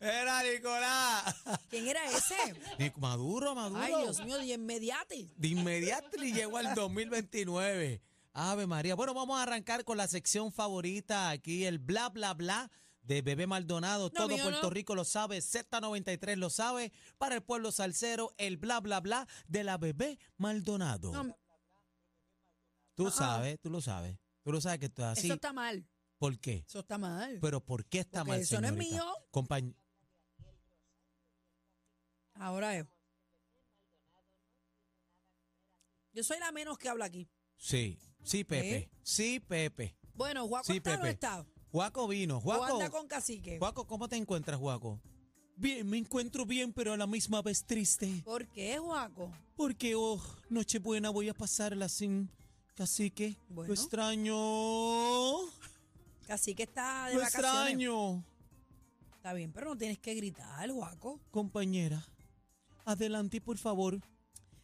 Era Nicolás. ¿Quién era ese? Nic- Maduro, Maduro. Ay, Dios mío, y inmediati. De inmediato y llegó al 2029. Ave María. Bueno, vamos a arrancar con la sección favorita aquí, el bla, bla, bla de Bebé Maldonado. Todo mío Puerto no. Rico lo sabe, Z93 lo sabe. Para el pueblo salsero, el bla, bla, bla de la Bebé Maldonado. No, Tú ah. sabes, tú lo sabes. Tú lo sabes que esto es así. Eso está mal. ¿Por qué? Eso está mal. Pero ¿por qué está Porque mal, eso no es señorita? mío. Compañ- Ahora es. Yo soy la menos que habla aquí. sí, sí, Pepe. ¿Eh? Sí, Pepe. Bueno, Juaco Sí, está o no Pepe. está. Juaco vino. O Juaco. anda con cacique. Juaco, ¿cómo te encuentras, Juaco? Bien, me encuentro bien, pero a la misma vez triste. ¿Por qué, Juaco? Porque, oh, Nochebuena voy a pasarla sin cacique. Bueno. Lo extraño. Lo Cacique está de vacaciones. extraño. Está bien, pero no tienes que gritar, Juaco. Compañera, adelante, por favor,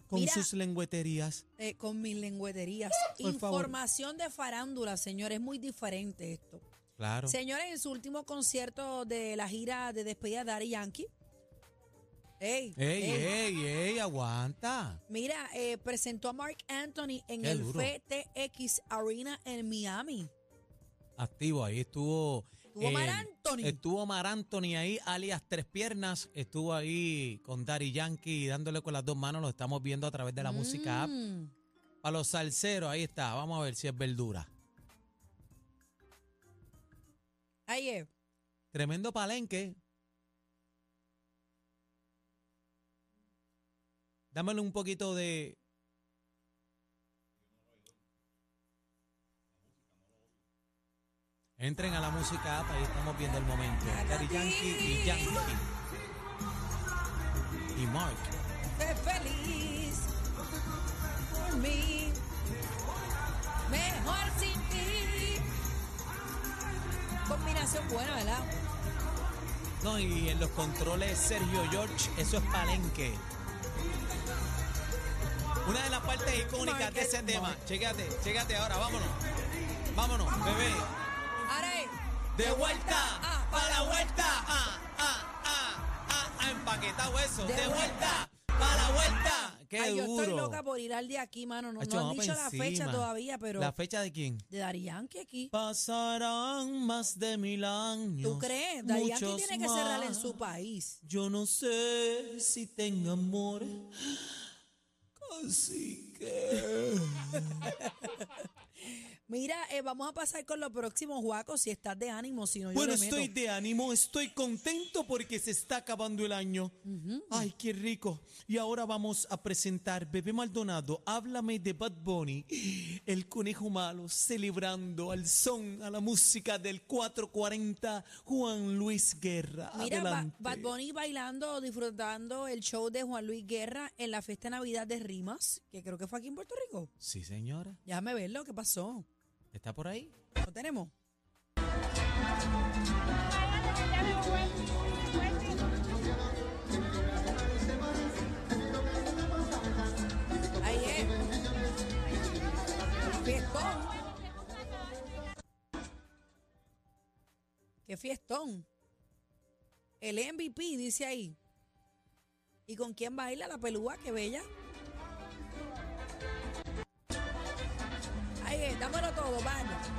con Mira. sus lengüeterías. Eh, con mis lengüeterías. Por favor. Información de farándula, señores. Es muy diferente esto. Claro. Señores, en su último concierto de la gira de despedida de Daddy Yankee. Ey, Ey, ey, ey, aguanta. Mira, eh, presentó a Mark Anthony en Qué el duro. FTX Arena en Miami. Activo, ahí estuvo. eh, Estuvo Mar Anthony. Estuvo Mar Anthony ahí, alias Tres Piernas. Estuvo ahí con Dari Yankee dándole con las dos manos. Lo estamos viendo a través de la música app. Mm. Para los salseros, ahí está. Vamos a ver si es verdura. Ahí es. Tremendo palenque. Dámelo un poquito de. Entren a la música app, ahí estamos viendo el momento. Daddy Yankee y Yankee. Y Mark. Sé feliz por mí. Mejor sin ti. Combinación buena, ¿verdad? No, y en los controles Sergio George, eso es palenque. Una de las partes icónicas de ese tema. Chécate, chécate ahora, vámonos. Vámonos, bebé. Ahora es. De vuelta, ah, para la vuelta, ah, ah, ah, ah, ah, empaquetado eso. De De vuelta, para la vuelta. Qué Ay, yo duro. estoy loca por ir al de aquí, mano. No, Hacho, no han vamos pa' dicho la fecha encima. todavía, pero ¿La fecha de quién? de Daddy Yankee aquí. Pasarán más de mil años. ¿Tú crees? Daddy Yankee muchos tiene que cerrar en más. su país. Yo no sé si tengo amor. Así que. Mira, eh, vamos a pasar con lo próximo, Juaco, si estás de ánimo, si no yo Bueno, le meto. estoy de ánimo, estoy contento porque se está acabando el año. Ay, qué rico. Y ahora vamos a presentar Bebé Maldonado, háblame de Bad Bunny, el conejo malo, celebrando al son, a la música del 440, Juan Luis Guerra. Mira, Ba- Adelante. Bad Bunny bailando, disfrutando el show de Juan Luis Guerra en la fiesta de Navidad de Rimas, que creo que fue aquí en Puerto Rico. Sí, señora. Déjame verlo, ¿qué pasó? ¿Está por ahí? ¿Lo tenemos? Ahí es. Fiestón. Qué fiestón. El MVP dice ahí. ¿Y con quién baila la pelúa? Qué bella. Ahí es, dámelo todo, vamos.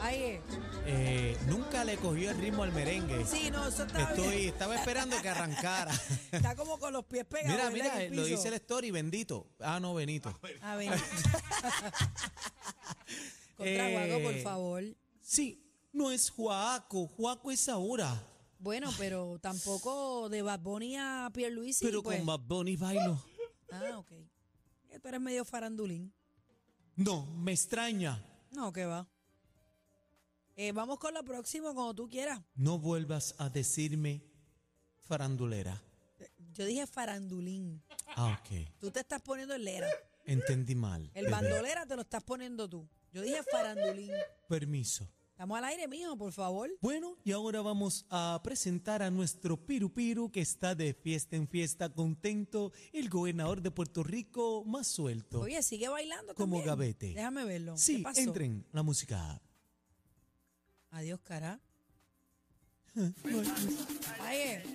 Ahí es. Eh, nunca le cogió el ritmo al merengue. Sí, no, eso está Estoy, bien. estaba esperando que arrancara. Está como con los pies pegados. Mira, ¿verdad? mira, en el lo piso. dice el story, bendito. Ah, no, Benito. A ver. Contra Guago, por Eh, favor. Sí, no es Juaco, Juaco es ahora. Bueno, pero tampoco de Bad Bunny a Pierluisi. pero pues. con Bad Bunny bailo. Ah, ok. Eh, Tú eres medio farandulín. No, me extraña. No, que va. Eh, vamos con lo próximo, cuando tú quieras. No vuelvas a decirme farandulera. Eh, Yo dije farandulín. Ah, ok. Tú te estás poniendo el lera. Entendí mal. El Perdón. bandolera te lo estás poniendo tú. Yo dije farandulín. Permiso. Estamos al aire, mijo, por favor. Bueno, y ahora vamos a presentar a nuestro Piru Piru que está de fiesta en fiesta, contento, el gobernador de Puerto Rico más suelto. Oye, sigue bailando Como también. gavete. Déjame verlo. ¿Qué sí, pasó? entren la música. Adiós, cara. Ahí eh. es.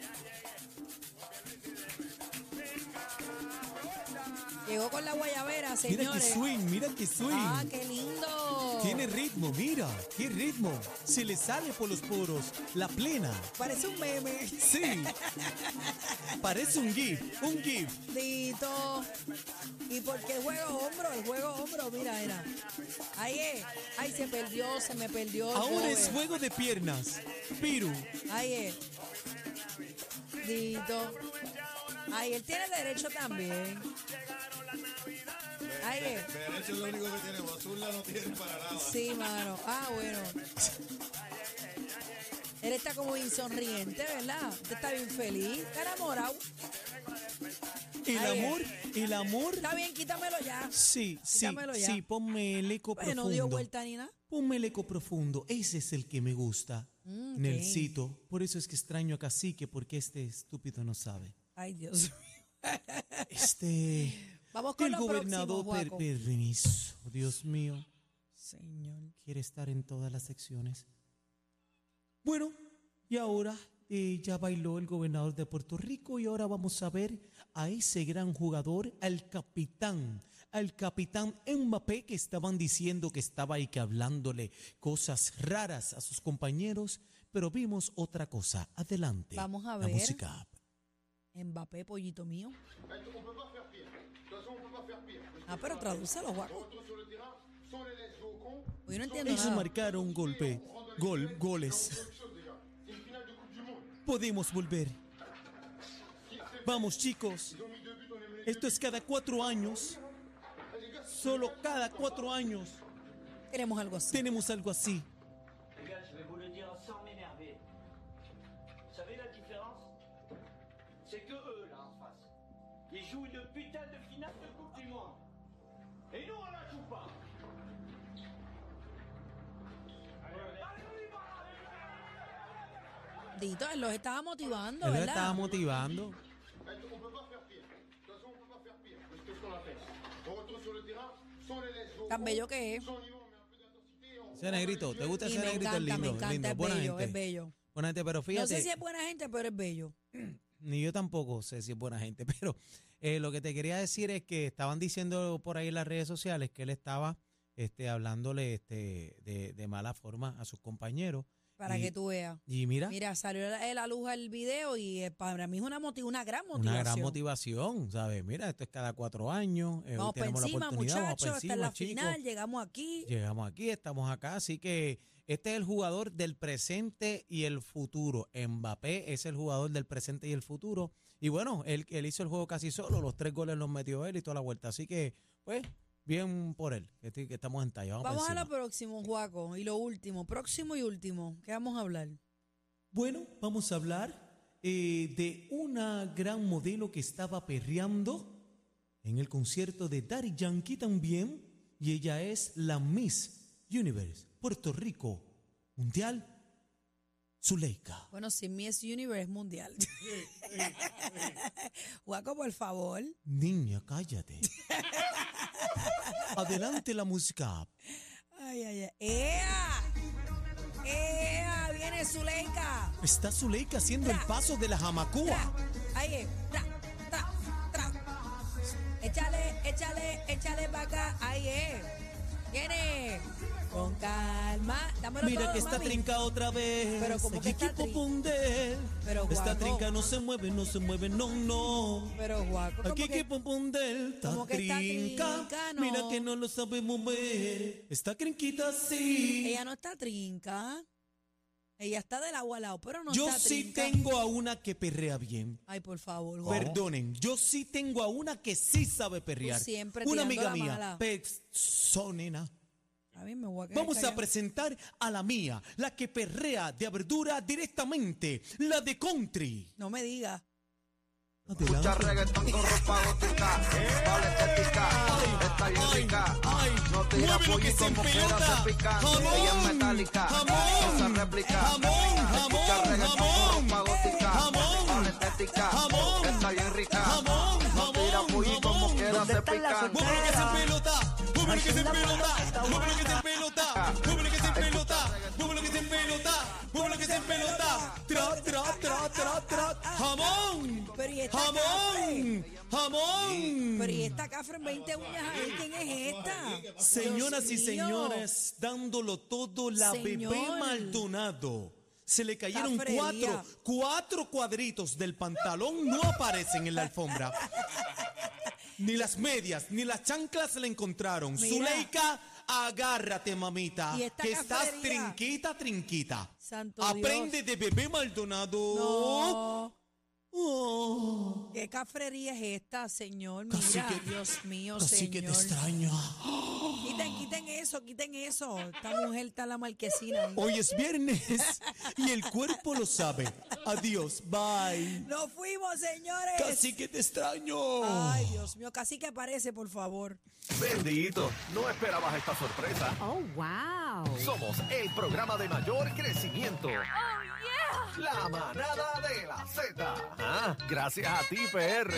Llegó con la guayabera, Mira que señores. swing, mira que swing. ah, qué lindo. Tiene ritmo, mira, qué ritmo. Se le sale por los poros, la plena. Parece un meme. Sí. Parece un GIF, un GIF. Dito. Y porque el juego hombro, el juego hombro, mira, mira. Ahí es. Ay, se perdió, se me perdió. el Ahora es joven. juego de piernas. Piru, Ahí es. Dito. Ahí él tiene derecho también. Ahí es. Derecho es lo único que tiene, Bozula no tiene para nada. Sí, mano. Ah, bueno. Él está como bien sonriente, ¿verdad? Usted está bien feliz, está enamorado. Ahí el es. amor, el amor. Está bien, quítamelo ya. Sí, sí, Dámelo ya. sí, ponme el eco Pues profundo. no dio vuelta ni nada. Ponme el eco profundo, ese es el que me gusta. Mm, ok. Nelsito, por eso es que extraño a Cacique, porque este estúpido no sabe. Ay, Dios mío. Este. Vamos con El lo gobernador próximo, per- Juaco. permiso, Dios mío, Señor. quiere estar en todas las secciones. Bueno, y ahora eh, ya bailó el gobernador de Puerto Rico y ahora vamos a ver a ese gran jugador, al capitán, al capitán Mbappé que estaban diciendo que estaba ahí que hablándole cosas raras a sus compañeros, pero vimos otra cosa. Adelante. Vamos a La ver. música. Mbappé, pollito mío. Ah, pero tradúcelo, Juaco. Pues Yo no entiendo Ellos nada. marcaron un golpe. Gol, goles. Podemos volver. Vamos, chicos. Esto es cada cuatro años. Solo cada cuatro años Queremos algo así. tenemos algo así. Les gars, je vais vous le dire sans m'énerver. Vous savez la différence C'est que eux, là, en face, ils jouent une putain de finale de Coupe du Monde. Et nous, on la joue pas. Dito, él los estaba motivando, Él la ¿verdad? estaba motivando. Tan bello que es. Ese negrito, ¿te gusta Y ese me negrito? encanta, es me lindo, encanta, lindo. es Buena bello, gente. es bello. Buena gente, pero No fíjate. sé si es buena gente, pero es bello. Ni yo tampoco sé si es buena gente, pero eh, lo que te quería decir es que estaban diciendo por ahí en las redes sociales que él estaba este, hablándole este, de, de mala forma a sus compañeros. Para Y- que tú veas. Y mira, Mira, salió a la, a la luz el video y eh, para mí es una, moti- una gran motivación. una gran motivación, ¿sabes? Mira, esto es cada cuatro años, eh, hoy Vamos para tenemos la encima, oportunidad, vamos muchachos, para hasta la encima, chicos. final, llegamos aquí. Llegamos aquí, estamos acá, así que este es el jugador del presente y el futuro. Mbappé es el jugador del presente y el futuro. Y bueno, él, él hizo el juego casi solo, los tres goles los metió él y toda la vuelta. Así que, pues, bien por él, que, estoy- que estamos en talla. Vamos, Vamos pa' a lo encima. próximo, Juaco, y lo último, próximo y último. ¿Qué vamos a hablar? Bueno, vamos a hablar eh, de una gran modelo que estaba perreando en el concierto de Daddy Yankee también. Y ella es la Miss Universe Puerto Rico Mundial Zuleika. Bueno, si Miss Universe Mundial. Juaco, por favor. Niña, cállate. Adelante la música. Ay, ay, ay. ¡Ea! ¡Ea! Viene Zuleika. Está Zuleika haciendo el paso de la Tra, jamacúa. Ahí es. Tra, tra, tra. Échale, échale, échale para acá. Ahí es. Viene. Con calma. Dámelo Mira todo, que está mami. trinca otra vez. Pero como que está trin- Yikipupundé. Pero, Esta guaco. trinca no se mueve, no se mueve, no, no. Pero Juaco, como Aquí que, que pompondel, está como que está trinca. trinca, no. Mira que no lo sabe mover. Está crinquita sí. ella no está trinca. Ella está del agua al lado, pero no Yo está sí trinca. tengo a una que perrea bien. Ay, por favor, Juaco. Perdonen, yo sí tengo a una que sí sabe perrear. Tú siempre una tirando amiga la mía, mala. Pexonena. A mí me voy a caer Vamos a callada. presentar a la mía, la que perrea de abertura directamente, la de country. No me digas. Escucha reggaetón con ropa gótica, Eh. vale estética, está bien ay, rica. ay, no tira muévelo que pollito se porque era empelota. se pica. Ella Jamón, es metálica, jamón, esa réplica. jamón, Escucha jamón, reggaetón jamón, con ropa gótica, jamón, vale estética, jamón, está bien rica. jamón, no tira jamón, pollito jamón. porque era ¿Dónde se están las pica. Muévelo que se pelota, muévelo que se pelota, muévelo que se pelota, muévelo que se pelota, muévelo que se pelota, muévelo que se pelota, tra, tra, tra, tra, tra, jamón, Pero y esta jamón, jamón. Pero y esta cafre en 20 uñas ahí, ¿quién es esta? Señoras y Dios mío. señores, dándolo todo, la Señor. bebé Maldonado. Se le cayeron Cafrería. cuatro, cuatro cuadritos del pantalón, no aparecen en la alfombra. Ni las medias, ni las chanclas se le encontraron. Mira. Zuleika, agárrate, mamita. Y esta Que estás cafrería. trinquita, trinquita. Santo Aprende de bebé Maldonado. No. Oh. ¿Qué cafrería es esta, señor? Mira, Casi que- Dios mío, Así señor. que te extraño. Quiten, quiten eso, quiten eso. Esta mujer está en la marquesina. ahí. Hoy es viernes y el cuerpo lo sabe. Adiós, bye. Nos fuimos, señores. Casi que te extraño. Ay, Dios mío, casi que aparece, por favor. Bendito, no esperabas esta sorpresa. Oh, wow. Oh, Somos el programa de mayor crecimiento. La manada de la Z. Ah, gracias a ti, PR.